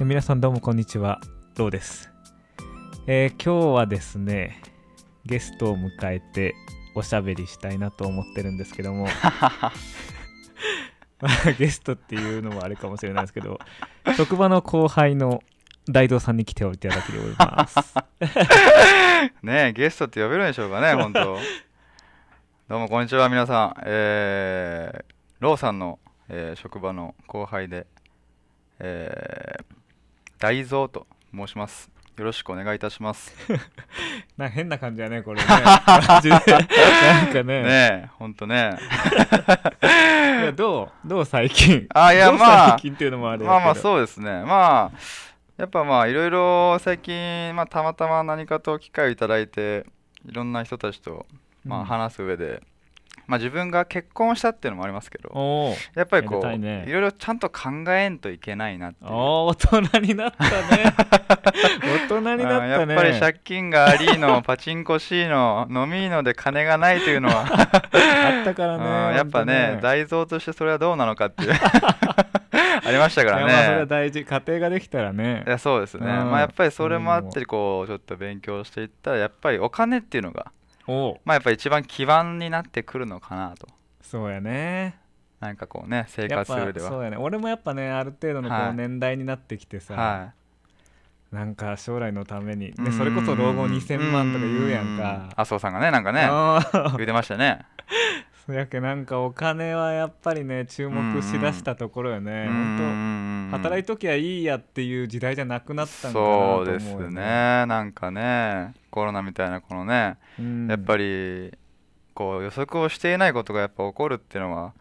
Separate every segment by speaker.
Speaker 1: 皆さんどうもこんにちは、ローです。えー今日はですね、ゲストを迎えておしゃべりしたいなと思ってるんですけ ども、まあゲストっていうのもあれかもしれないですけど、職場の後輩の大道さんに来ておいていただきでおり ます。
Speaker 2: ねえゲストって呼べるんでしょうかね本 当どうもこんにちは皆さんえー、ローさんの、えー職場の後輩でえー、大蔵と申しますよろしくお願いいたします
Speaker 1: なんか変な感じだね、これね。マジでなんかね。
Speaker 2: ねえほん とね
Speaker 1: いやどうどう最近
Speaker 2: あいや
Speaker 1: どう
Speaker 2: まあ
Speaker 1: 最近っていうのもあれだけど
Speaker 2: まあまあそうですねまあやっぱまあいろいろ最近、まあ、たまたま何かと機会をいただいていろんな人たちと、ま
Speaker 1: う
Speaker 2: あ、
Speaker 1: ん
Speaker 2: 話す上で、まあ自分が結婚したっていうのもありますけど
Speaker 1: おー
Speaker 2: やっぱりこ
Speaker 1: めでた
Speaker 2: う
Speaker 1: い
Speaker 2: い,、
Speaker 1: ね
Speaker 2: ろいろちゃんと考えんといけないなっていう
Speaker 1: おー大人になった ね大人にな
Speaker 2: あー
Speaker 1: ったね
Speaker 2: やっぱり借金がありの パチンコ C の飲みので金がないという のは、
Speaker 1: あったか
Speaker 2: う
Speaker 1: ら
Speaker 2: ん
Speaker 1: ね
Speaker 2: やっぱね
Speaker 1: 大
Speaker 2: 大蔵としてそれはどうなのかっ ていうありました
Speaker 1: 事
Speaker 2: から
Speaker 1: いやまあそれは
Speaker 2: ね
Speaker 1: 大事家庭ができたらね
Speaker 2: いやそうです
Speaker 1: うん
Speaker 2: ね、まあやっぱりそれもあってこうちょっと勉強していったらやっぱりお金っていうのが
Speaker 1: おー
Speaker 2: まあやっぱ一番基盤になってくるのかなと
Speaker 1: そうやね
Speaker 2: なんかこうね生
Speaker 1: やっ
Speaker 2: 活する
Speaker 1: ぱ
Speaker 2: 上で
Speaker 1: そ
Speaker 2: は
Speaker 1: うやね俺もやっぱねある程度のこ
Speaker 2: は
Speaker 1: う
Speaker 2: い
Speaker 1: 年代になってきてさ、
Speaker 2: は
Speaker 1: なんか将来のために、
Speaker 2: い
Speaker 1: ね、それこそ老後2000万とか言うやん
Speaker 2: ううう
Speaker 1: か
Speaker 2: 麻生さんがねなんかね
Speaker 1: あー
Speaker 2: 言うてましたね
Speaker 1: そうやけなんかお金はやっぱりね注目しだしたところよね、本当
Speaker 2: 本
Speaker 1: 働い
Speaker 2: て
Speaker 1: ときゃいいやっていう時代じゃなくなったんだなと思
Speaker 2: そうう
Speaker 1: よ
Speaker 2: ですねなんかねコロナみたいなこのね、
Speaker 1: うん
Speaker 2: やっぱりこう予測をしていないことがやっぱ起こるっていうのは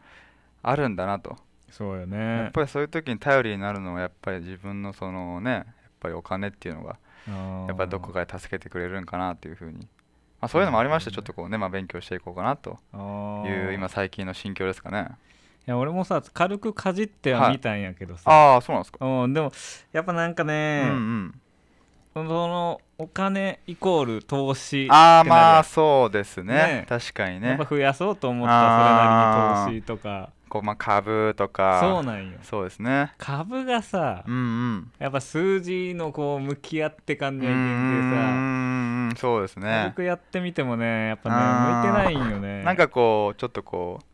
Speaker 2: あるんだなと、
Speaker 1: そうよ
Speaker 2: やっ
Speaker 1: ね
Speaker 2: ぱりそういう時に頼りになるのはやっぱり自分のそのねやっぱりお金っていうのが
Speaker 1: や
Speaker 2: やっぱりどこかで助けてくれるんかなっていうふうに、まあ、そういうのもありましてちょっとこうね、まあ、勉強していこうかなという今
Speaker 1: い
Speaker 2: 最近の心境ですかね
Speaker 1: や俺もさ軽くかじっては
Speaker 2: はい
Speaker 1: 見たんやけどさ、
Speaker 2: ああそうなんですか、
Speaker 1: うん、でもやっぱなんかね、
Speaker 2: うんうん
Speaker 1: そのお金イコール投資
Speaker 2: ああ
Speaker 1: ってなるやん
Speaker 2: まあそうですね
Speaker 1: ね
Speaker 2: 確かに
Speaker 1: やっ
Speaker 2: ね
Speaker 1: ぱ増やそうと思ったらそれなりに投資とか
Speaker 2: こうまあ株とか
Speaker 1: そうなんよ
Speaker 2: そうですね
Speaker 1: 株がさ、
Speaker 2: うんうん
Speaker 1: やっぱ数字のこう向き合って感
Speaker 2: う
Speaker 1: じ
Speaker 2: ー
Speaker 1: やけんけさ
Speaker 2: んそうです
Speaker 1: 軽
Speaker 2: ね
Speaker 1: くやってみてもねやっぱ
Speaker 2: あ
Speaker 1: ね
Speaker 2: ー
Speaker 1: 向いてないんよね
Speaker 2: なんかこうちょっとこう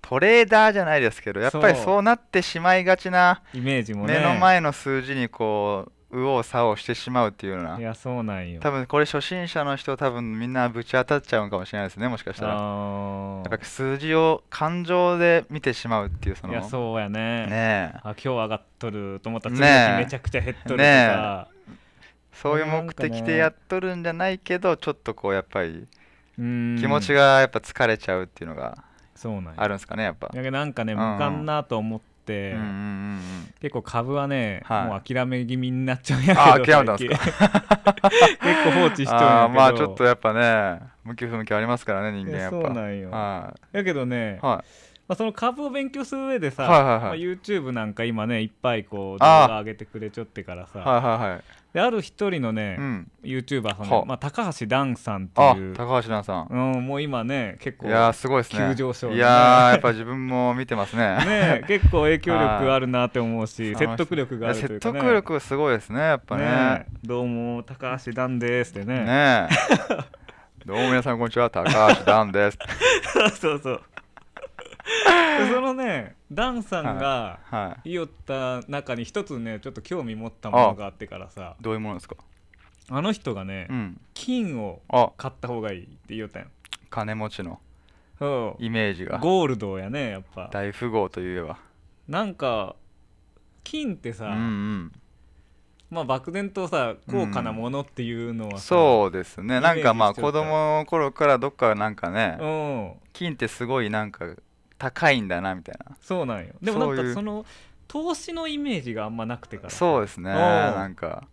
Speaker 2: トレーダーじゃないですけどやっぱり
Speaker 1: そう
Speaker 2: そうなってしまいがちな
Speaker 1: イメージもね
Speaker 2: 目の前の数字にこう右往左往してしまうっていうようない
Speaker 1: やそうなんよ
Speaker 2: 多分これ初心者の人多分みんなぶち当たっちゃうのかもしれないですねもしかしたらや
Speaker 1: あー
Speaker 2: っぱ数字を感情で見てしまうっていうそ
Speaker 1: い
Speaker 2: の
Speaker 1: やそうやね
Speaker 2: ねえ
Speaker 1: あ今日上がっとると思ったら次
Speaker 2: ね
Speaker 1: の
Speaker 2: え
Speaker 1: 日めちゃくちゃ減っとるとか、
Speaker 2: そういう
Speaker 1: なん
Speaker 2: 目
Speaker 1: かね
Speaker 2: 的でやっとるんじゃないけどちょっとこうやっぱり
Speaker 1: うーん
Speaker 2: 気持ちがやっぱ疲れちゃうっていうのが
Speaker 1: そうなんや
Speaker 2: あるんですかねやっぱ。
Speaker 1: いやなんかね
Speaker 2: う
Speaker 1: 向
Speaker 2: んうん
Speaker 1: かんなと思って、
Speaker 2: うんうんうんうん
Speaker 1: 結構株はね、
Speaker 2: はい
Speaker 1: もう諦め気味になっちゃうんやけど
Speaker 2: あー諦めたんすか
Speaker 1: 最 近結構放置しちゃ
Speaker 2: あ
Speaker 1: う
Speaker 2: ー
Speaker 1: んやけど
Speaker 2: まあちょっとやっぱね向き不向きありますからね人間
Speaker 1: い
Speaker 2: や
Speaker 1: や
Speaker 2: っ
Speaker 1: そう
Speaker 2: ぱ。
Speaker 1: なんよ
Speaker 2: は
Speaker 1: だけどね、
Speaker 2: いはい
Speaker 1: まあ、その株を勉強する上でさ、
Speaker 2: はいはいはい
Speaker 1: まあ、YouTube なんか今ねいっぱいこう動
Speaker 2: あー
Speaker 1: 画上げてくれちょってからさ
Speaker 2: はいはいはい。
Speaker 1: である一人のね、
Speaker 2: うん
Speaker 1: YouTuber さん
Speaker 2: は
Speaker 1: の
Speaker 2: あ
Speaker 1: まあ、高橋ダさんって
Speaker 2: あ
Speaker 1: いう
Speaker 2: 高橋蘭さん。
Speaker 1: うん、もう今ね結構
Speaker 2: いやーすごいですね。
Speaker 1: 急上昇だね
Speaker 2: いやーやっぱ自分も見てますね。
Speaker 1: ね結構影響力あるなって思うし
Speaker 2: はい
Speaker 1: 説得力
Speaker 2: い
Speaker 1: があ
Speaker 2: や
Speaker 1: るとい
Speaker 2: 説
Speaker 1: うか、ね、
Speaker 2: 得力すごいですねやっぱね。
Speaker 1: どうも高橋ダンですってね
Speaker 2: ねえどうも皆さんこんにちは高橋蘭 です。
Speaker 1: そうそうでそのねダンさんが
Speaker 2: は
Speaker 1: 言いよった中に一つねちょっと興味持ったものがあってからさ
Speaker 2: い。どういうものですか。
Speaker 1: あの人がね、
Speaker 2: うん。
Speaker 1: 金を
Speaker 2: あ
Speaker 1: 買った方がいいって言いよったんよ
Speaker 2: 金持ちの
Speaker 1: そう
Speaker 2: イメージが
Speaker 1: ゴールドやねやっぱ
Speaker 2: 大富豪といえば。
Speaker 1: なんか金ってさ、
Speaker 2: うんうん。
Speaker 1: まあ漠然とさ高価なものっていうのはさ、
Speaker 2: そうです
Speaker 1: イメー
Speaker 2: ね
Speaker 1: ジ
Speaker 2: なんかまあ
Speaker 1: しちゃっ
Speaker 2: 子
Speaker 1: た
Speaker 2: 供の頃からどっかなんかね
Speaker 1: うん
Speaker 2: 金ってすごいなんか高いんだなみたいな
Speaker 1: そうなんよでもなん
Speaker 2: そうい
Speaker 1: か
Speaker 2: う
Speaker 1: その投資のイメージがあんまなくてから
Speaker 2: そうですね
Speaker 1: おう
Speaker 2: なんか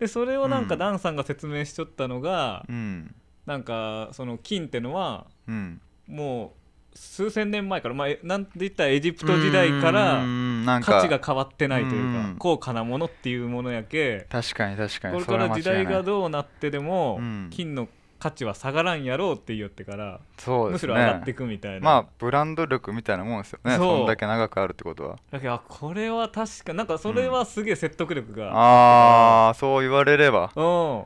Speaker 1: でそれをなんか
Speaker 2: うん
Speaker 1: ダンさんが説明しちょったのが、
Speaker 2: うん
Speaker 1: なんかその金ってのは
Speaker 2: うん
Speaker 1: もう数千年前からまあえなんて言ったらエジプト時代から
Speaker 2: うんなんか
Speaker 1: 価値が変わってないというか
Speaker 2: うん
Speaker 1: 高価なものっていうものやけ
Speaker 2: 確かに確か
Speaker 1: こ
Speaker 2: に
Speaker 1: れ
Speaker 2: そ
Speaker 1: か
Speaker 2: れは
Speaker 1: ら
Speaker 2: 間違
Speaker 1: 時代
Speaker 2: いない
Speaker 1: がどうなってでも
Speaker 2: うん
Speaker 1: 金の価値は下がらんやろうって言ってから、
Speaker 2: そうで
Speaker 1: むし
Speaker 2: すね
Speaker 1: ろ上がっていくみたいな、
Speaker 2: まあブランド力みたいなもんですよね
Speaker 1: そう
Speaker 2: そんだけ長くあるってことは
Speaker 1: だけどあこれは確かなんかそれはすげえ説得力が
Speaker 2: ああーそう言われれば
Speaker 1: うんあ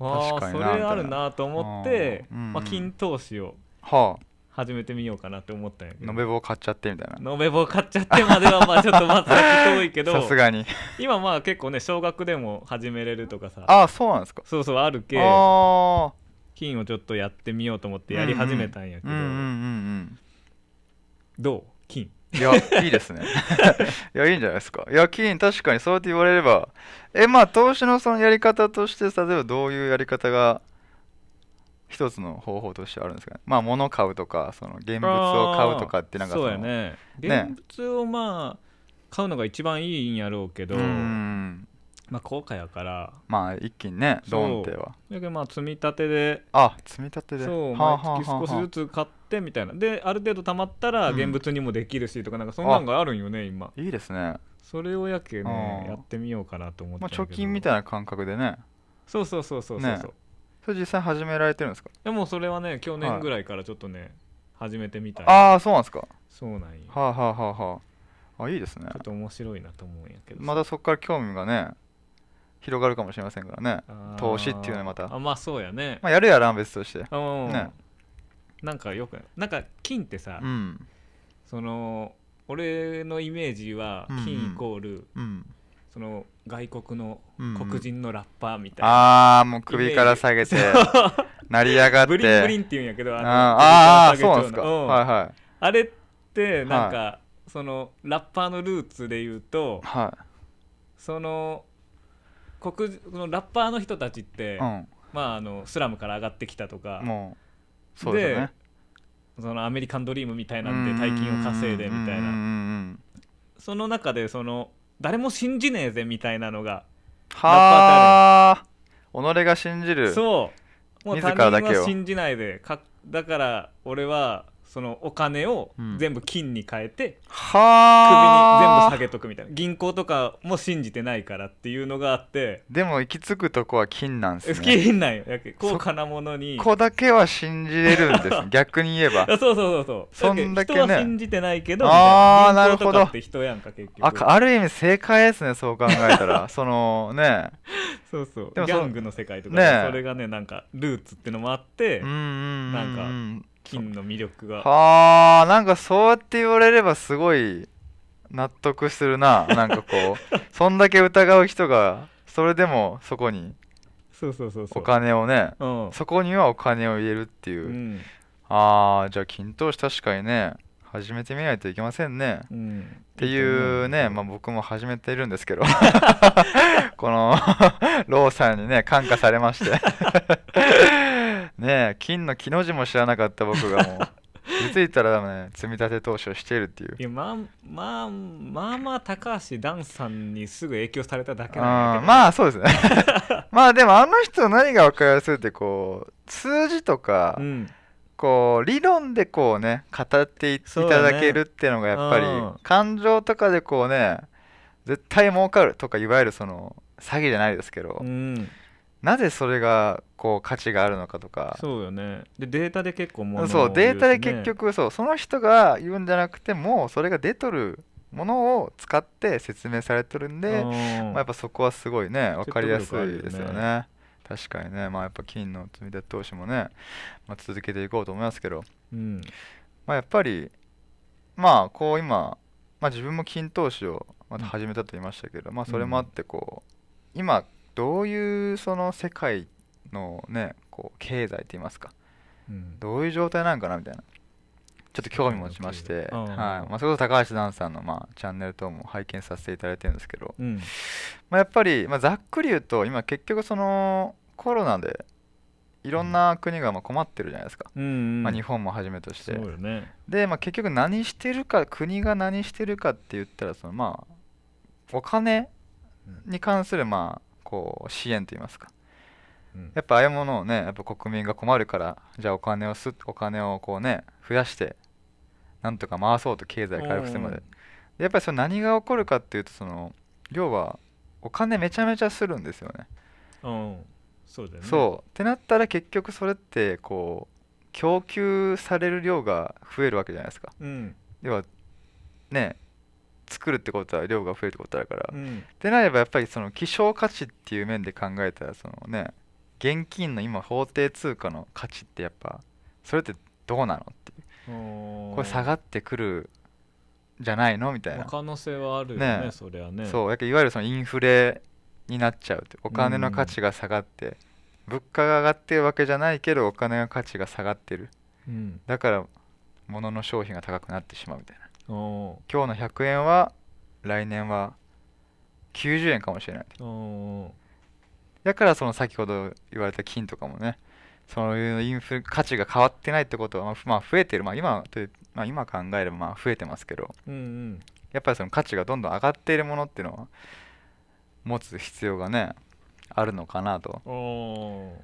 Speaker 2: 確
Speaker 1: あ
Speaker 2: か
Speaker 1: そ
Speaker 2: に
Speaker 1: れ
Speaker 2: な
Speaker 1: あるなと思って、
Speaker 2: うん
Speaker 1: まあ、
Speaker 2: うん
Speaker 1: 金投資を
Speaker 2: はあ
Speaker 1: 始めてみようかなって思ったんやけど
Speaker 2: 延べ棒買っちゃってみたいな
Speaker 1: 延べ棒買っちゃってまではまあちょっとまず先遠いけど
Speaker 2: さすがに
Speaker 1: 今まあ結構ね小学でも始めれるとかさ
Speaker 2: ああそうなんですか
Speaker 1: そうそうあるけ
Speaker 2: ああ
Speaker 1: 金をちょっとやってみようと思ってやり始めたんやけど、
Speaker 2: うんうんうん
Speaker 1: どう金
Speaker 2: うんいやいいですね いやいいんじゃないですかいや金確かにそうやって言われればえまあ投資のそのやり方として例えばどういうやり方が一つの方法としてあるんですかねまあ物買うとかその現物を買うとかってなんか
Speaker 1: そう
Speaker 2: の
Speaker 1: やね
Speaker 2: ね
Speaker 1: 現物をまあ買うのが一番いいんやろうけど、
Speaker 2: うんうん
Speaker 1: まあ高価やから
Speaker 2: まあ一気にねドーンっては
Speaker 1: だけどまあ積み立てで
Speaker 2: あ積み立てで
Speaker 1: そう
Speaker 2: はあ
Speaker 1: 毎
Speaker 2: はあ
Speaker 1: 月少し
Speaker 2: はあ
Speaker 1: ずつ買ってみたいなである程度貯まったら
Speaker 2: うん
Speaker 1: 現物にもできるしとかなんかそんなんがあるんよね今
Speaker 2: いいですね
Speaker 1: それをやけね
Speaker 2: あー
Speaker 1: やってみようかなと思って
Speaker 2: まあ貯金み
Speaker 1: い
Speaker 2: たいな感覚でね
Speaker 1: そうそうそうそうそうそう
Speaker 2: ねそれ実際始められてるんですか
Speaker 1: でもそれはね去年ぐらいからちょっとね始めてみたい
Speaker 2: ああそうなんですかは
Speaker 1: そうなんよちょ
Speaker 2: あはあはあはああいいですね
Speaker 1: っと面白いなと思うんやけど
Speaker 2: またそこから興味がね広がるかもしれませんからね
Speaker 1: あー
Speaker 2: 投資っていうのはまた
Speaker 1: あまあそうやね
Speaker 2: まあやるやらん別として
Speaker 1: あうん
Speaker 2: ね
Speaker 1: なんかよくなんか金ってさ
Speaker 2: うん
Speaker 1: その俺のイメージは
Speaker 2: うんうん
Speaker 1: 金イコール、
Speaker 2: うん
Speaker 1: その外国の
Speaker 2: うんうん
Speaker 1: 黒人のラッパーみたいな、
Speaker 2: ああもう首から下げて成り上がって
Speaker 1: ブリンブリンって言うんやけど
Speaker 2: あ
Speaker 1: あ
Speaker 2: ー
Speaker 1: の
Speaker 2: あー
Speaker 1: 首
Speaker 2: そう
Speaker 1: から
Speaker 2: なん
Speaker 1: 下げ
Speaker 2: です
Speaker 1: ち
Speaker 2: か
Speaker 1: ゃうのうん
Speaker 2: はいはい
Speaker 1: あれってなんか、そのラッパーのルーツで言うと
Speaker 2: は
Speaker 1: その黒人そのラッパーの人たちって、
Speaker 2: いうん
Speaker 1: まああのスラムから上がってきたとか
Speaker 2: もうそうですよね
Speaker 1: そのアメリカンドリームみたいなんで大金を稼いでみたい
Speaker 2: うんうんうん
Speaker 1: な
Speaker 2: うん
Speaker 1: その中でその誰も信じねえぜみたいなのが
Speaker 2: はあ己が信じる
Speaker 1: そうもう他
Speaker 2: 自
Speaker 1: 人
Speaker 2: らだけを
Speaker 1: は信じないでかだから俺はそのお金を
Speaker 2: うん
Speaker 1: 全部金に変えて首に全
Speaker 2: は
Speaker 1: 部
Speaker 2: あ
Speaker 1: 下げとくみたいな銀行とかも信じてないからっていうのがあって
Speaker 2: でも行き着くとこは金なんですね
Speaker 1: 金なんよやけ高価なものに
Speaker 2: ここだけは信じれ るんです逆に言えば
Speaker 1: あそうそうそうそう
Speaker 2: そんだけね
Speaker 1: 人は信じてないけど
Speaker 2: あー
Speaker 1: みたい
Speaker 2: なるほど
Speaker 1: 銀行とかって人やんか結局
Speaker 2: あかある意味正解ですねそう考え たらそのね
Speaker 1: そうそう
Speaker 2: でも
Speaker 1: ギ
Speaker 2: その
Speaker 1: ャングの世界とか、
Speaker 2: ねえ
Speaker 1: それがねなんかルーツってのもあって、
Speaker 2: うんうんうんうん
Speaker 1: 金の魅力が
Speaker 2: はあなんかそうやって言われればすごい納得するななんかこ うそんだけ疑う人がそれでもそこに
Speaker 1: そうそうそうそう
Speaker 2: お金をね
Speaker 1: うん、
Speaker 2: そこにはお金を入れるっていうう、
Speaker 1: ん
Speaker 2: あーじゃあ均等し確かにね始めてみないといけませんね
Speaker 1: うん、っ
Speaker 2: っていうね、まあ、僕も始めてるんですけど この ローさんにね感化されましてねえ金の木の字も知らなかった僕がもう気づいたらね積み立て投資をしているっていう
Speaker 1: いやまあまあまあまあ高橋ダンさんにすぐ影響されただけなんだけ
Speaker 2: うん
Speaker 1: ど
Speaker 2: まあそうですね まあでもあの人何が分かりやすいってこう数字とか、
Speaker 1: うん、
Speaker 2: こう理論でこうね語っていい
Speaker 1: そうだ
Speaker 2: た
Speaker 1: ね
Speaker 2: だけるっていうのがやっぱり、
Speaker 1: うん
Speaker 2: 感情とかでこうね絶対儲かるとかいわゆるその詐欺じゃないですけど、
Speaker 1: うん、
Speaker 2: なぜそれがこう価値があるのかとか
Speaker 1: そうよねでデータで結構も
Speaker 2: そうデータで結局そうその人が言うんじゃなくてもうそれが出とるものを使って説明されてるんで、まあ、やっぱそこはすごいね分かりやすいです
Speaker 1: 説得
Speaker 2: よ
Speaker 1: 力あるよ
Speaker 2: ね。確かにね、まあ、やっぱ金の積み立て投資もね、まあ、続けていこうと思いますけど、
Speaker 1: うん
Speaker 2: まあ、やっぱりまあこう今、まあ、自分も金投資をまた
Speaker 1: うん
Speaker 2: 始めたと言いましたけど、まあ
Speaker 1: うん
Speaker 2: それもあってこう今どういうその世界のねこう経済って言いますか
Speaker 1: うん、
Speaker 2: どういう状態なんかなみたいなちょっと興味持ちまして、
Speaker 1: 世界の経済
Speaker 2: はい
Speaker 1: うん
Speaker 2: まあ、それこそ高橋ダンさんのまあチャンネル等も拝見させていただいてるんですけど、
Speaker 1: うん
Speaker 2: まあ、やっぱりまあざっくり言うと今結局そのコロナでいろんな国がまあ困ってるじゃないですか、
Speaker 1: うん
Speaker 2: まあ、日本もはじめとして
Speaker 1: そう。よね
Speaker 2: で、まあ、結局何してるか国が何してるかって言ったらそのまあお金に関するまあこう支援といいますか
Speaker 1: うん
Speaker 2: やっぱああいうものをねやっぱ国民が困るからじゃあお金をすお金をこうね増やしてなんとか回そうと経済回復するまで
Speaker 1: うん
Speaker 2: でやっぱりその何が起こるかっていうとその要はお金めちゃめちゃするんですよね
Speaker 1: うんそうだよね
Speaker 2: そうってなったら結局それってこう供給される量が増えるわけじゃないですか
Speaker 1: ううん
Speaker 2: 要はね作るってことは量が増えるってことだから、
Speaker 1: う
Speaker 2: っ
Speaker 1: ん
Speaker 2: てなればやっぱりその希少価値っていう面で考えたらそのね現金の今法定通貨の価値ってやっぱそれってどうなのっていうこ
Speaker 1: こ
Speaker 2: れ下がってくるじゃないのみたいな
Speaker 1: 可能性はあるよね
Speaker 2: ね
Speaker 1: そりゃね
Speaker 2: そうだからいわゆるそのインフレになっちゃうってお金の
Speaker 1: うん
Speaker 2: 価値が下がって物価が上がってるわけじゃないけどお金の価値が下がってる
Speaker 1: うん
Speaker 2: だから物の商品が高くなってしまうみたいな
Speaker 1: お
Speaker 2: 今日の100円は来年は90円かもしれない
Speaker 1: ーお
Speaker 2: だからその先ほど言われた金とかもねそういうインフレ価値が変わってないってことはまあふまあ増えてるまあ今というまあ今考えればまあ増えてますけど
Speaker 1: ーうんうん
Speaker 2: やっぱりその価値がどんどん上がっているものっていうのは持つ必要がねあるのかなと
Speaker 1: お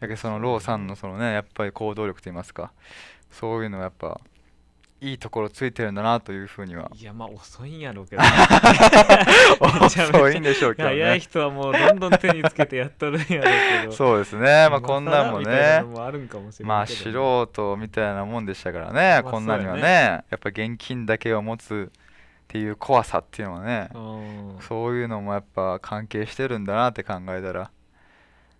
Speaker 1: ー
Speaker 2: やけどそのローさんのそのねやっぱり行動力といいますかそういうのはやっぱいいところついてるんだなというふうには
Speaker 1: いやまあ遅いんやろうけどい めちゃめちゃ
Speaker 2: 遅いんでしょうけ
Speaker 1: や
Speaker 2: ど
Speaker 1: 早い
Speaker 2: ね
Speaker 1: 人はもうどんどん手につけてやっとるんやろうけど
Speaker 2: そうですねまあこんなんも
Speaker 1: 今更みたいな
Speaker 2: ね
Speaker 1: のもあるんかもしれ
Speaker 2: ま
Speaker 1: な
Speaker 2: あ
Speaker 1: いけどね
Speaker 2: 素人みたいなもんでしたからね
Speaker 1: まあ
Speaker 2: こんなんには
Speaker 1: そう
Speaker 2: ね
Speaker 1: や
Speaker 2: やっぱ現金だけを持つっていう怖さっていうのはね
Speaker 1: うん
Speaker 2: そういうのもやっぱ関係してるんだなって考えたら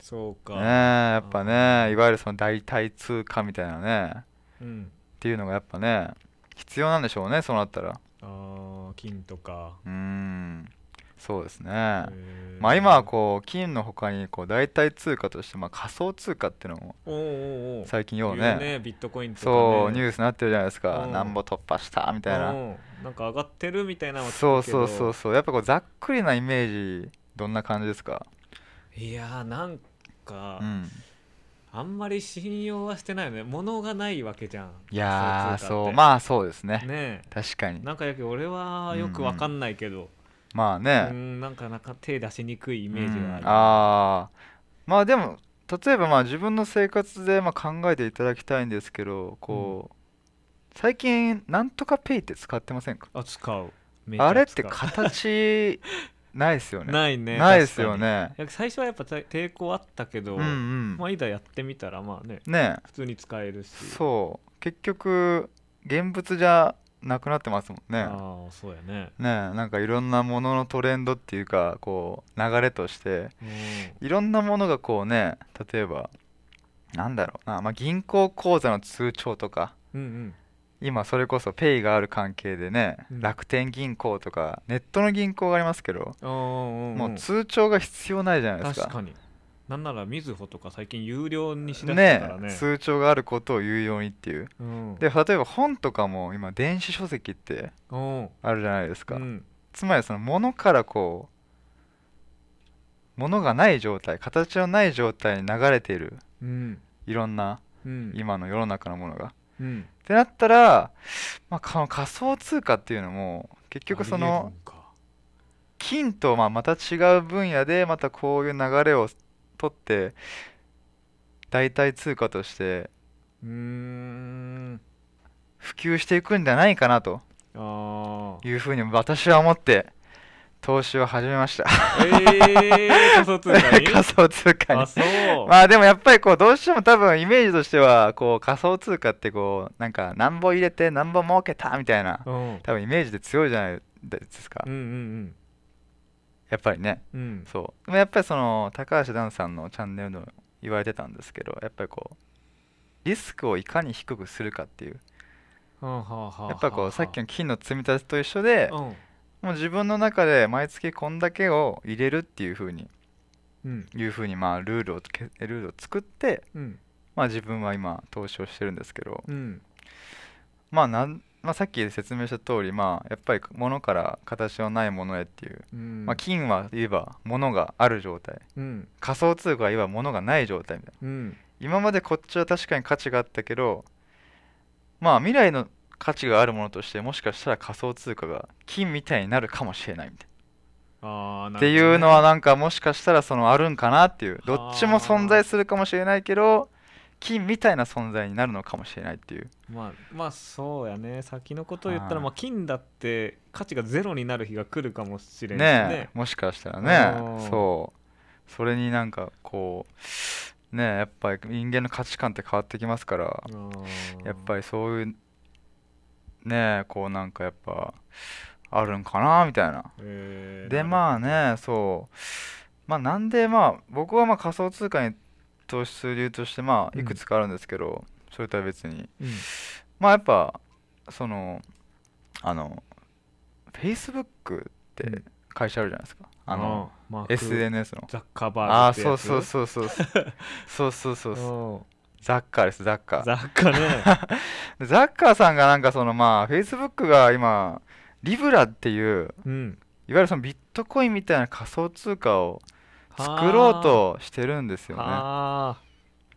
Speaker 1: そう
Speaker 2: ねえ
Speaker 1: か
Speaker 2: やっぱねいわゆるその代替通貨みたいなね
Speaker 1: うん
Speaker 2: っていうのがやっぱね必要なんでしょうねそうなったら
Speaker 1: あー金とか
Speaker 2: うーんそうですねま
Speaker 1: ま
Speaker 2: あ今はこう金の他にこう代替通貨としてまあ仮想通貨っていうのも
Speaker 1: うおうおうおう
Speaker 2: 最近よ
Speaker 1: 言
Speaker 2: う
Speaker 1: う
Speaker 2: ね
Speaker 1: ねビットコインとかね
Speaker 2: そうニュースになってるじゃないですか
Speaker 1: うん
Speaker 2: なんぼ突破したみたいな
Speaker 1: うんなんか上がってるみたいなのは
Speaker 2: そ
Speaker 1: 聞
Speaker 2: う
Speaker 1: くけ
Speaker 2: そ
Speaker 1: ど
Speaker 2: うそうそうやっぱこうざっくりなイメージどんな感じですか
Speaker 1: いやーなんか、
Speaker 2: うん
Speaker 1: あんまり信用はしてないよね物がないわけじゃん
Speaker 2: いやーそう
Speaker 1: あ
Speaker 2: まあそうですね
Speaker 1: ね
Speaker 2: 確か
Speaker 1: え
Speaker 2: に
Speaker 1: なんかやけど俺はよくわかんないけど、
Speaker 2: まあ
Speaker 1: う
Speaker 2: ね
Speaker 1: んなんかなんか手出しにくいイメージはある、
Speaker 2: うんあーまあでも例えばまあ自分の生活でまあ考えていただきたいんですけどこう、最近なんとかペイって使ってませんか
Speaker 1: あ使うめちゃ
Speaker 2: あれっ
Speaker 1: 使
Speaker 2: て
Speaker 1: う
Speaker 2: 形ないですよ ね
Speaker 1: ないね
Speaker 2: ないですよ
Speaker 1: 確か
Speaker 2: ね
Speaker 1: にいや最初はやっぱた抵抗あったけど、
Speaker 2: うんうん
Speaker 1: まあいざやってみたらまあね
Speaker 2: ね
Speaker 1: 普通に使えるし
Speaker 2: そう結局現物じゃなくなってますもんね
Speaker 1: ああそうやね
Speaker 2: ねなんかいろんなもののトレンドっていうかこう流れとして
Speaker 1: うん
Speaker 2: いろんなものがこうね例えばなんだろうな、まあ、銀行口座の通帳とか
Speaker 1: うん
Speaker 2: 今それこそペイがある関係でね、
Speaker 1: うん
Speaker 2: 楽天銀行とかネットの銀行がありますけど、
Speaker 1: うんうんん
Speaker 2: もう通帳が必要ないじゃないです
Speaker 1: 確
Speaker 2: か
Speaker 1: かになんならみずほとか最近有料にしだしたからね
Speaker 2: 通帳があることを言うようにっていう
Speaker 1: うん
Speaker 2: で例えば本とかも今電子書籍って
Speaker 1: うん
Speaker 2: あるじゃないですか、
Speaker 1: うん
Speaker 2: つまりその物からこう物がない状態形のない状態に流れている
Speaker 1: うん
Speaker 2: いろんな
Speaker 1: うん
Speaker 2: 今の世の中のものが、
Speaker 1: うん
Speaker 2: ってなったら、まあ、この仮想通貨っていうのも結局そ
Speaker 1: ありえる
Speaker 2: の
Speaker 1: んか
Speaker 2: 金とまあまた違う分野でまたこういう流れを取って代替通貨として
Speaker 1: うーん
Speaker 2: 普及していくんじゃないかなと
Speaker 1: あー
Speaker 2: いうふうに私は思って投資を始めました
Speaker 1: ええ仮想通貨に
Speaker 2: 仮想通貨に
Speaker 1: あそう
Speaker 2: まあでもやっぱりこうどうしても多分イメージとしてはこう仮想通貨ってこうなんかなんぼ入れてなんぼ儲けたみたいな
Speaker 1: うん
Speaker 2: 多分イメージで強いじゃないですか
Speaker 1: うんうん
Speaker 2: やっぱりね
Speaker 1: うんうん
Speaker 2: そうでもやっぱりその高橋ダンさんのチャンネルでも言われてたんですけどやっぱりこうリスクをいかに低くするかっていう
Speaker 1: はあはあはあ
Speaker 2: やっぱこうさっき
Speaker 1: の
Speaker 2: の金の積み立てと一緒でもう自分の中で毎月こんだけを入れるっていう風に
Speaker 1: うんうん
Speaker 2: いう風にまあルールをつけルールを作って
Speaker 1: うん
Speaker 2: まあ自分は今投資をしてるんですけど
Speaker 1: うん
Speaker 2: まあなんまあさっき説明した通りまあやっぱり物から形のないものへっていう
Speaker 1: うん
Speaker 2: まあ金は言えば物がある状態
Speaker 1: うん
Speaker 2: 仮想通貨は言えば物がない状態みたいな
Speaker 1: うん
Speaker 2: 今までこっちは確かに価値があったけどまあ未来の価値があるものとしてもしかしたら仮想通貨が金みたいになるかもしれないみたい
Speaker 1: ああ
Speaker 2: なっていうのはなんかもしかしたらそのあるんかなっていうどっちも存
Speaker 1: はあ
Speaker 2: 在するかもしれないけど金みたいな存在になるのかもしれないっていう
Speaker 1: まあ、まあそうやね先のことを言った
Speaker 2: は
Speaker 1: ら
Speaker 2: い
Speaker 1: まあ金だって価値がゼロになる日が来るかもしれんし
Speaker 2: ねえ
Speaker 1: ね
Speaker 2: もしかしたら
Speaker 1: う
Speaker 2: ね
Speaker 1: ん
Speaker 2: そうそれになんかこうねえやっぱり人間の価値観って変わってきますからやっぱ
Speaker 1: り
Speaker 2: りそういうねえこうなんかやっぱあるんかなみたいなでまあねそうまあなんでまあ僕はまあ仮想通貨に投資する理由としてまあ
Speaker 1: うん
Speaker 2: いくつかあるんですけど、それとは別に
Speaker 1: うん
Speaker 2: まあやっぱそのあの Facebook って
Speaker 1: うん
Speaker 2: 会社あるじゃないですか、あの
Speaker 1: ーマーク
Speaker 2: SNS の
Speaker 1: ザッカーバ
Speaker 2: あ
Speaker 1: ーグ
Speaker 2: あ
Speaker 1: って
Speaker 2: そう
Speaker 1: やつ
Speaker 2: そうそうそう そうそうそうそう
Speaker 1: そ
Speaker 2: ザッカーですザッカー
Speaker 1: ザッカーね
Speaker 2: でザッカーさんがなんかそのまあ Facebook が今リブラっていう
Speaker 1: うん
Speaker 2: いわゆるそのビットコインみたいな仮想通貨を 作ろうとしてるんですよね。
Speaker 1: あ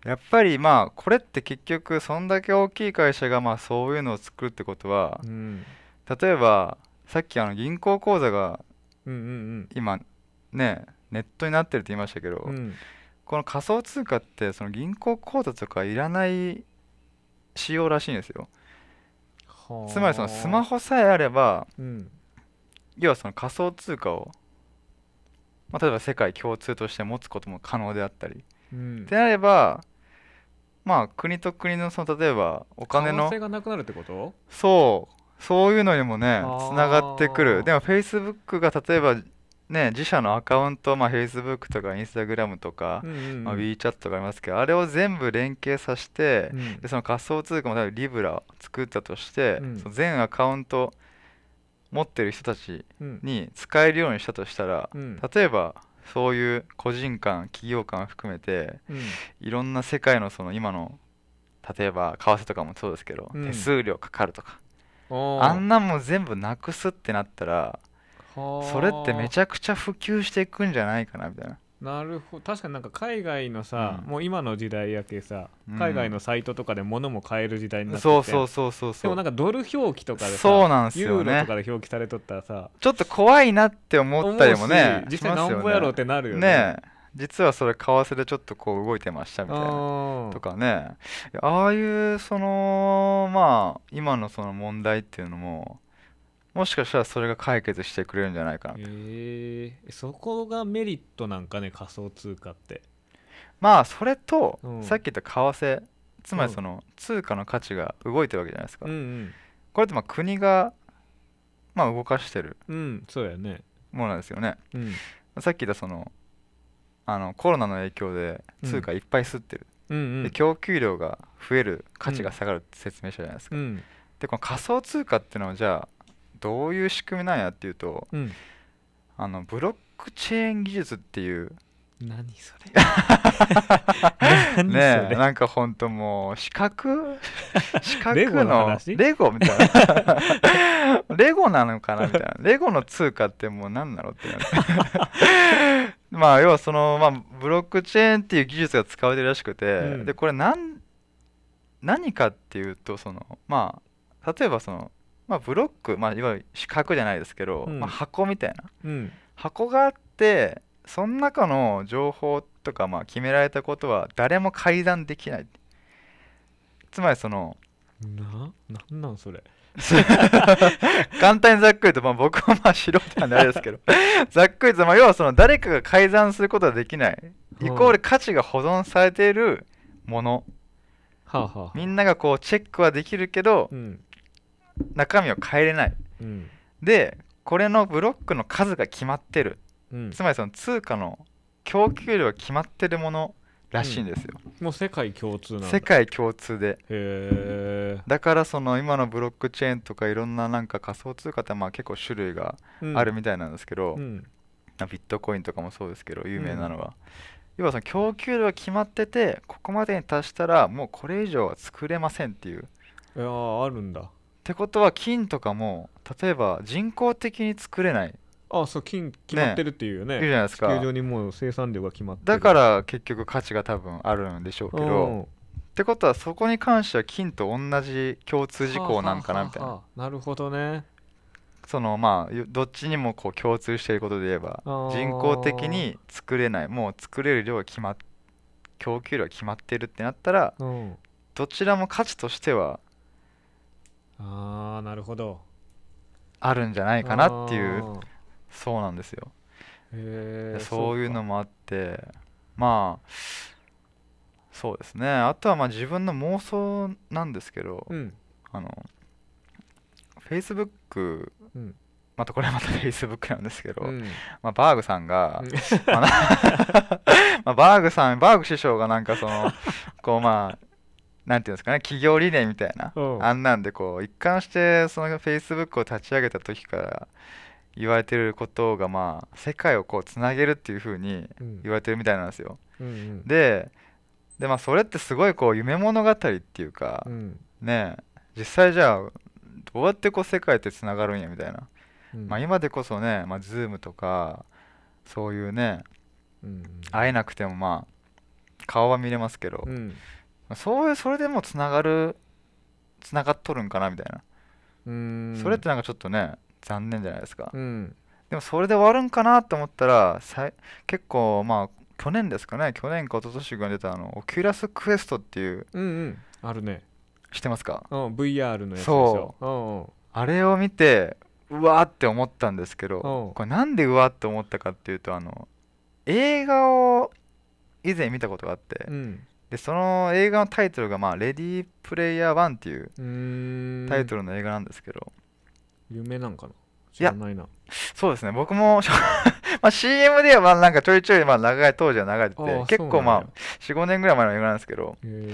Speaker 2: やっぱりまあこれって結局そんだけ大きい会社がまあそういうのを作るってことは
Speaker 1: あうん
Speaker 2: 例えばさっきあの銀行口座が
Speaker 1: うんうん
Speaker 2: 今ねネットになってるって言いましたけど、
Speaker 1: うんうん
Speaker 2: この仮想通貨ってその銀行口座とかいらない仕様らしいんですよ。つまりそのスマ
Speaker 1: ホ
Speaker 2: ホさえあれば
Speaker 1: うん
Speaker 2: 要はその仮想通貨を、まあ、例えば世界共通として持つことも可能であったり
Speaker 1: うん
Speaker 2: であればまあ国と国のその例えばお金
Speaker 1: 可能
Speaker 2: の
Speaker 1: 性がなくなるってこと
Speaker 2: そうそういうのにもね
Speaker 1: あー
Speaker 2: つながってくるでも Facebook が例えばね自社のアカウント、まあ、Facebook とか Instagram とか、
Speaker 1: うんうんうん
Speaker 2: まあ、WeChat とかありますけどあれを全部連携させて
Speaker 1: うん
Speaker 2: でその仮想通貨も例えばリブラを作ったとして、
Speaker 1: うん
Speaker 2: その全アカウント持ってる人たち
Speaker 1: うん
Speaker 2: に使えるようにしたとしたら
Speaker 1: うん
Speaker 2: 例えばそういう個人間企業間含めて
Speaker 1: うん
Speaker 2: いろんな世界のその今の例えば為替とかもそうですけど、
Speaker 1: うん
Speaker 2: 手数料かかるとか
Speaker 1: おー
Speaker 2: あんなもん全部なくすってなったらそれってめ
Speaker 1: ゃ
Speaker 2: ちゃくちゃ普及していくんじゃないかなみたいな
Speaker 1: なるほど確かになんか海外のさ、
Speaker 2: うん
Speaker 1: もう今の時代やけさ
Speaker 2: うん
Speaker 1: 海外のサイトとかで物も買える時代になってて、
Speaker 2: そうそうそうそう
Speaker 1: で
Speaker 2: そ
Speaker 1: も
Speaker 2: う
Speaker 1: なんかドル表記とかでさ
Speaker 2: そうなんす
Speaker 1: ユー
Speaker 2: よ
Speaker 1: ロと
Speaker 2: ね
Speaker 1: かで表記されとったらさ
Speaker 2: ちょっと怖いなって思ったりもね
Speaker 1: 思うし実
Speaker 2: し
Speaker 1: 際
Speaker 2: ますよ
Speaker 1: なんぼやろうってなるよね
Speaker 2: ねえ実はそれ為替でちょっとこう動いてましたみたいな
Speaker 1: あー
Speaker 2: とかねああいうそのまあ今のその問題っていうのももしかしたらそれが解決してくれるんじゃないかな
Speaker 1: えーそこがメリットなんかね仮想通貨って
Speaker 2: まあそれと
Speaker 1: うん
Speaker 2: さっき言った為替つまり
Speaker 1: うん
Speaker 2: その通貨の価値が動いてるわけじゃないですか
Speaker 1: うんうん
Speaker 2: これってまあ国がまあ動かしてる
Speaker 1: うんそうやね
Speaker 2: ものなんですよね
Speaker 1: うん
Speaker 2: さっき言ったそのあのコロナの影響で通貨いっぱい吸ってる
Speaker 1: うんう
Speaker 2: で
Speaker 1: ん
Speaker 2: 供給量が増える価値が下がるって説明したじゃないですか
Speaker 1: うん
Speaker 2: でこの仮想通貨ってのはじゃあどういう仕組みなんやっていうと
Speaker 1: うん
Speaker 2: あのブロックチェーン技術っていう
Speaker 1: 何それ何そ
Speaker 2: ねえ
Speaker 1: れ、
Speaker 2: なんかほんともう 四角四角
Speaker 1: レゴの
Speaker 2: の
Speaker 1: 話
Speaker 2: レゴみたいな レゴなのかなみたいなレゴの通貨ってもう何なのってなる まあ要はその、まあ、ブロックチェーンっていう技術が使われてるらしくて、
Speaker 1: ん
Speaker 2: でこれなん何かっていうとそのまあ例えばその、まあ、ブロック、まあ、いわゆる四角じゃないですけど、
Speaker 1: うん
Speaker 2: まあ、箱みたいな
Speaker 1: うん
Speaker 2: 箱があってその中の情報とかまあ決められたことは誰も改ざんできないつまりその
Speaker 1: ななんなんそれ
Speaker 2: 簡単にざっくりと、まあ、僕はまあ素人なんであれですけどざっくりと、まあ、要はその誰かが改ざんすることはできないイコール価値が保存されているもの
Speaker 1: はあはあはあ
Speaker 2: みんながこうチェックはできるけど
Speaker 1: うん
Speaker 2: 中身を変えれない
Speaker 1: うん
Speaker 2: でこれのブロックの数が決まってる
Speaker 1: うん
Speaker 2: つまりその通貨の供給量が決まってるものらしいんですよ
Speaker 1: もう世界共通なんだ
Speaker 2: 世界共通で
Speaker 1: へ
Speaker 2: だからその今のブロックチェーンとかいろんななんか仮想通貨ってまあ結構種類が
Speaker 1: え
Speaker 2: あるみたいなんですけど、
Speaker 1: うん
Speaker 2: ビットコインとかもそうですけど有名なのは、要はその供給量が決まっててここまでに達したらもうこれ以上は作れませんっていうっ
Speaker 1: いやーあるんだ
Speaker 2: てことは金とかも例えば人工的に作れない
Speaker 1: あそう金決まってるっていうよね
Speaker 2: いるじゃないです
Speaker 1: 地球上
Speaker 2: か
Speaker 1: にもう生産量が決まってる
Speaker 2: だから結局価値が多分あるんでしょうけどってことはそこに関しては金と同じ共通事項なんかなみたいな
Speaker 1: ななるほどね
Speaker 2: そのまあよどっちにもこう共通していることで言えば
Speaker 1: あー
Speaker 2: 人工的に作れないもう作れる量が決まっ供給量が決まってるってなったら
Speaker 1: うん
Speaker 2: どちらも価値としては
Speaker 1: ああなるほど
Speaker 2: あるんじゃないかなってい
Speaker 1: あ
Speaker 2: う
Speaker 1: ー
Speaker 2: そうなんですよ
Speaker 1: へえ
Speaker 2: そういうの
Speaker 1: も
Speaker 2: もあってまあそうですねあとはまあ自分の妄想なんですけど、
Speaker 1: うん
Speaker 2: あの Facebook
Speaker 1: うん
Speaker 2: またこ れはまた Facebook なんですけど、
Speaker 1: うん
Speaker 2: まあ、バーグさんが
Speaker 1: うん、
Speaker 2: まあなまあ バーグさんバーグ師匠がなんかそ のこうまあなんていうんですかね企業理念みたいな
Speaker 1: うん
Speaker 2: あんなんでこう一貫してその Facebook を立ち上げた時から言われてることがまあ世界をこうつなげるっていう風に
Speaker 1: うん
Speaker 2: 言われてるみたいなんですよ。
Speaker 1: うんうん
Speaker 2: ででまあそれってすごいこう夢物語っていうか、
Speaker 1: うん
Speaker 2: ねえ実際じゃあどうやってこう世界ってつながるんやみたいな、
Speaker 1: うん
Speaker 2: まあ、今でこそね、まあ、Zoom とかそういうね
Speaker 1: うん
Speaker 2: 会えなくてもまあ顔は見れますけど、
Speaker 1: う
Speaker 2: ま
Speaker 1: ん
Speaker 2: あそういうそれでもつながるつながっとるんかなみたいな、
Speaker 1: うん
Speaker 2: それってなんかちょっとね残念じゃないですか、
Speaker 1: うん
Speaker 2: でもそれで終わるんかなと思ったらさい結構まあ去年ですかね去年か一昨年が出たあのオキュラスクエストっていう
Speaker 1: うんうんあるね
Speaker 2: 知ってますか
Speaker 1: うん VR のやつでしょ
Speaker 2: そあれを見てうわーって思ったんですけど
Speaker 1: うん
Speaker 2: これなんでうわーって思ったかっていうとあの映画を以前見たことがあって、
Speaker 1: うんうん
Speaker 2: でその映画のタイトルが、まあ「レディープレイヤー1」っていう
Speaker 1: うーん
Speaker 2: タイトルの映画なんですけど、
Speaker 1: 有名なんかな知らないな
Speaker 2: そうですね僕も まあ CM ではまあなんかちょいちょいまあ流れ当時は流れて
Speaker 1: あ
Speaker 2: て
Speaker 1: ー
Speaker 2: 結構まあ
Speaker 1: そ
Speaker 2: 45年ぐらい前の映画なんですけど
Speaker 1: うなんやへ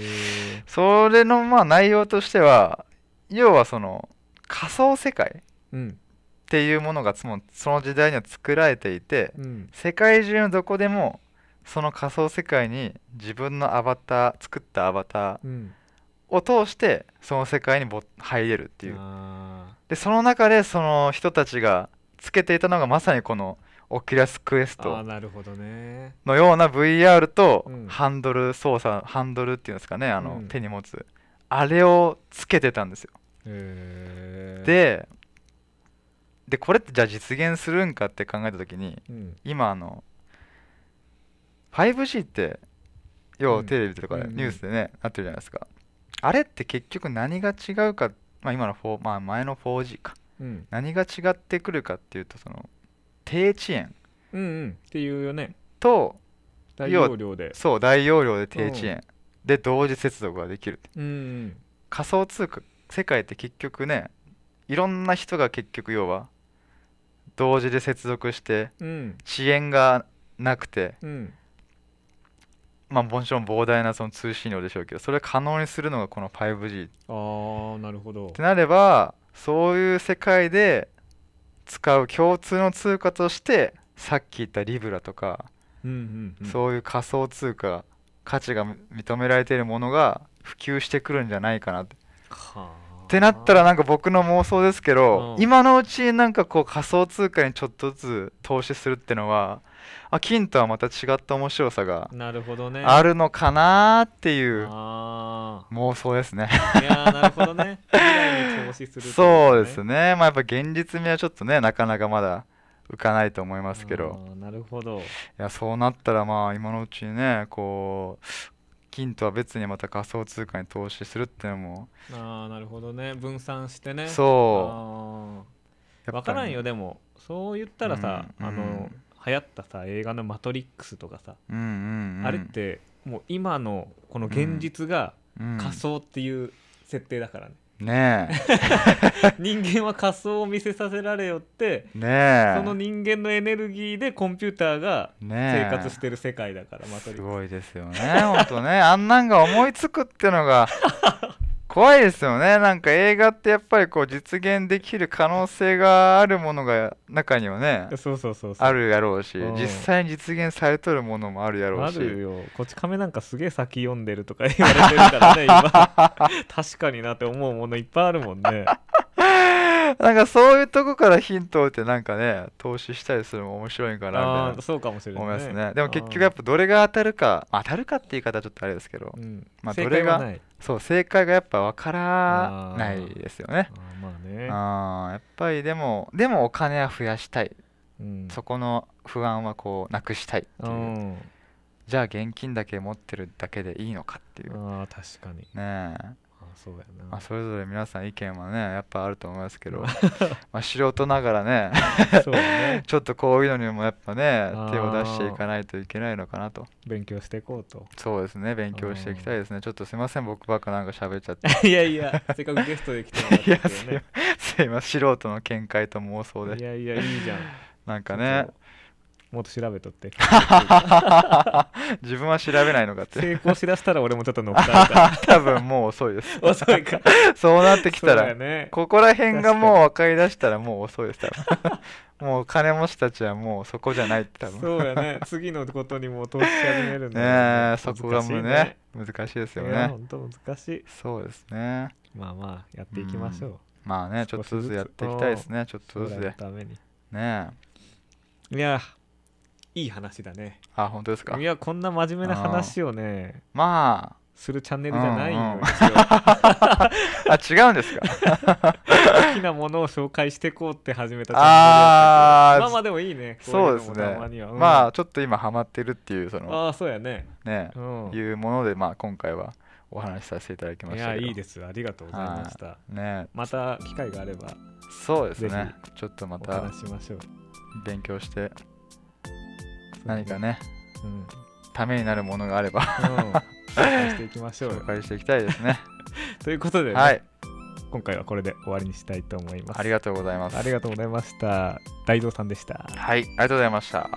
Speaker 1: え
Speaker 2: それのまあ内容としては要はその仮想世界
Speaker 1: うん
Speaker 2: っていうものがそのその時代には作られていて
Speaker 1: うん
Speaker 2: 世界中のどこでもその仮想世界に自分のアバター作ったアバター
Speaker 1: うん
Speaker 2: を通してその世界にぼ入れるっていう
Speaker 1: あ
Speaker 2: でその中でその人たちがつけていたのがまさにこのオキュラスクエス
Speaker 1: ーあー
Speaker 2: ト
Speaker 1: なるほどね
Speaker 2: のような VR と
Speaker 1: うん
Speaker 2: ハンドル操作ハンドルっていうんですかねあ
Speaker 1: う
Speaker 2: の
Speaker 1: ん
Speaker 2: 手に持つあれをつけてたんですよ
Speaker 1: へえ
Speaker 2: ででこれってじゃあ実現するんかって考えた時に
Speaker 1: うん
Speaker 2: 今あの 5G って要
Speaker 1: う
Speaker 2: は
Speaker 1: ん
Speaker 2: テレビとか
Speaker 1: うんうん
Speaker 2: ニュースでねなってるじゃないですかあれって結局何が違うかまあ今の4まあ前の 4G か
Speaker 1: うん
Speaker 2: 何が違ってくるかっていうとその低遅延
Speaker 1: うんうんっていうよね
Speaker 2: と
Speaker 1: 大容量で
Speaker 2: そう大容量で低遅延で同時接続ができる
Speaker 1: うんうん
Speaker 2: 仮想通貨世界って結局ねいろんな人が結局要は同時で接続して
Speaker 1: うん
Speaker 2: 遅延がなくて
Speaker 1: うん
Speaker 2: まあもちろん膨大なその通信量でしょうけどそれを可能にするのがこの 5G っ
Speaker 1: ああなるほど
Speaker 2: てなればそういう世界で使う共通の通貨としてさっき言ったリブラとか
Speaker 1: うんうんうん
Speaker 2: そういう仮想通貨価値が認められているものが普及してくるんじゃないかなって
Speaker 1: はあ
Speaker 2: ってなったらなんか僕の妄想ですけど
Speaker 1: うん
Speaker 2: 今のうちなんかこう仮想通貨にちょっとずつ投資するってのはあ金とはまた違った面白さが
Speaker 1: なるほどね
Speaker 2: あるのかなーっていう
Speaker 1: あ
Speaker 2: 妄想ですね。
Speaker 1: あいやーなるほどね未来に投資するってこと
Speaker 2: そうですね、まあ、やっぱ現実味はちょっとね、なかなかまだ浮かないと思いますけど、
Speaker 1: あーなるほど
Speaker 2: いやそうなったら、まあ今のうちにね、こう、金とは別にまた仮想通貨に投資するっていうのも、
Speaker 1: ああなるほどね分散してねうあ
Speaker 2: そう、
Speaker 1: ー
Speaker 2: や
Speaker 1: わ
Speaker 2: っ
Speaker 1: か
Speaker 2: ぱ
Speaker 1: らん
Speaker 2: り
Speaker 1: よ
Speaker 2: ね、
Speaker 1: でもそう言ったらさ、
Speaker 2: うん
Speaker 1: あ
Speaker 2: う
Speaker 1: の
Speaker 2: ん
Speaker 1: 流行ったさ映画の「マトリックス」とかさ、
Speaker 2: うんうんうん、
Speaker 1: あれってもう今のこの現実が
Speaker 2: うん、
Speaker 1: 仮想っていう設定だからね、
Speaker 2: ね
Speaker 1: 人間は仮想を見せさせられよって
Speaker 2: え、ねえ、
Speaker 1: その人間のエネルギーでコンピューターが
Speaker 2: ね
Speaker 1: 生
Speaker 2: え
Speaker 1: 活してる世界だから、マトリ
Speaker 2: す
Speaker 1: ック
Speaker 2: ごいですよね、本当ね、あんなんが思いつくってのが怖いですよね、なんか映画ってやっぱりこう実現できる可能性があるものが中にはね
Speaker 1: ス。、そうそうそうそう
Speaker 2: あるやろうし、
Speaker 1: うん
Speaker 2: 実際に実現されとるものもあるやろう
Speaker 1: あ
Speaker 2: し、
Speaker 1: るよこっち亀なんかすげえ先読んでるとか言われてるから ね今確かになって思うものいっぱいあるもんね
Speaker 2: なんかそういうとこからヒントをってなんかね、投資したりするのも面白いんかな
Speaker 1: あ
Speaker 2: み
Speaker 1: ー
Speaker 2: たい
Speaker 1: そうかもしれ
Speaker 2: な
Speaker 1: ない
Speaker 2: 思いますね。でも結局やっぱどれが当たるか、まあ当たるかって言い方はちょっとあれですけど
Speaker 1: う、ん
Speaker 2: まあ
Speaker 1: 正
Speaker 2: ど
Speaker 1: 解
Speaker 2: れ
Speaker 1: は
Speaker 2: が
Speaker 1: ない
Speaker 2: そう正解がやっぱわからないですよね
Speaker 1: あ。ーまあね
Speaker 2: あーやっぱりでもでもお金は増やしたい、
Speaker 1: うん
Speaker 2: そこの不安はこうなくしたいって
Speaker 1: う
Speaker 2: いう、
Speaker 1: ん
Speaker 2: じゃあ現金だけ持ってるだけでいいのかっていう、ね
Speaker 1: あー確かに
Speaker 2: え
Speaker 1: あそうや
Speaker 2: まあ、
Speaker 1: な。
Speaker 2: それぞれ皆さん意見はねやっぱあると思いま すけどまあ素人ながらね
Speaker 1: そうね。
Speaker 2: ちょっとこういうのにもやっぱね
Speaker 1: あー
Speaker 2: 手を出していかないといけないのかなと
Speaker 1: 勉強していこうと。
Speaker 2: そうですね勉強していきたいですねちょっとすいません僕ばっかなんか喋っちゃっ て
Speaker 1: いやいや、せっかくゲストで来てもらっ
Speaker 2: いや
Speaker 1: た
Speaker 2: す
Speaker 1: け
Speaker 2: いま
Speaker 1: ど
Speaker 2: すいません素人の見解と妄想
Speaker 1: ね。い
Speaker 2: で
Speaker 1: やいや、いいじゃん。
Speaker 2: なんか
Speaker 1: ちょ
Speaker 2: ね
Speaker 1: っと。もっと調べとって。
Speaker 2: 自分は調べないのかって
Speaker 1: 成功しだしたら俺もちょっと乗っかる か
Speaker 2: 多分もう遅いです
Speaker 1: ら。遅いか。
Speaker 2: そうなってきた
Speaker 1: そう
Speaker 2: ら
Speaker 1: やね。
Speaker 2: ここら辺がもう分かりだしたらもう遅いです多 分もう金持ちたちはもうそこじゃないって多分
Speaker 1: そうやね。次のことにもう投資し始めるんだよ
Speaker 2: ねえそこがもうね。難しいで
Speaker 1: 難し
Speaker 2: す
Speaker 1: い
Speaker 2: よ
Speaker 1: ねいや、
Speaker 2: ね
Speaker 1: 本当難しい。
Speaker 2: そうですね
Speaker 1: まあまあ、やっていきましょう。
Speaker 2: まあねちょっとずつやっていきたいですねちょっとずつ
Speaker 1: 将来の
Speaker 2: で
Speaker 1: ために。
Speaker 2: ねえ
Speaker 1: いや、いい話だね。
Speaker 2: あ本当ですか
Speaker 1: いや、こんな真面目な話をね、
Speaker 2: ま
Speaker 1: するチャンネルじゃないよ。
Speaker 2: うんうん
Speaker 1: 一応
Speaker 2: ああ違う んですか
Speaker 1: 好きなものを紹介していこうって始めたチャンネルだった
Speaker 2: あ
Speaker 1: け
Speaker 2: ー
Speaker 1: どまあまあでもいいね。こ
Speaker 2: そう
Speaker 1: い
Speaker 2: です
Speaker 1: のも
Speaker 2: ね
Speaker 1: たまにはうん
Speaker 2: まあちょっと今ハマってるっていうその
Speaker 1: ああ、そうやね。
Speaker 2: ね
Speaker 1: う
Speaker 2: い
Speaker 1: ん。
Speaker 2: うものでまあ今回はお話しさせていただきま
Speaker 1: い
Speaker 2: した
Speaker 1: や、
Speaker 2: けど
Speaker 1: いいです。ありがとうございました。
Speaker 2: ね
Speaker 1: また機会があれば
Speaker 2: えそうです
Speaker 1: ぜ
Speaker 2: ねちょっとま
Speaker 1: お
Speaker 2: た
Speaker 1: 話ししましょう。
Speaker 2: 勉強して何かね
Speaker 1: そうね。
Speaker 2: ためになるものがあれば
Speaker 1: うん。うん紹介していきましょ うよ
Speaker 2: 紹。介していきたいですね
Speaker 1: ということでね、
Speaker 2: はい
Speaker 1: 今回はこれで終わりにしたいと思います。
Speaker 2: ありがとうございます
Speaker 1: ありがとうございました。大蔵さんでした。
Speaker 2: はいありがとうございました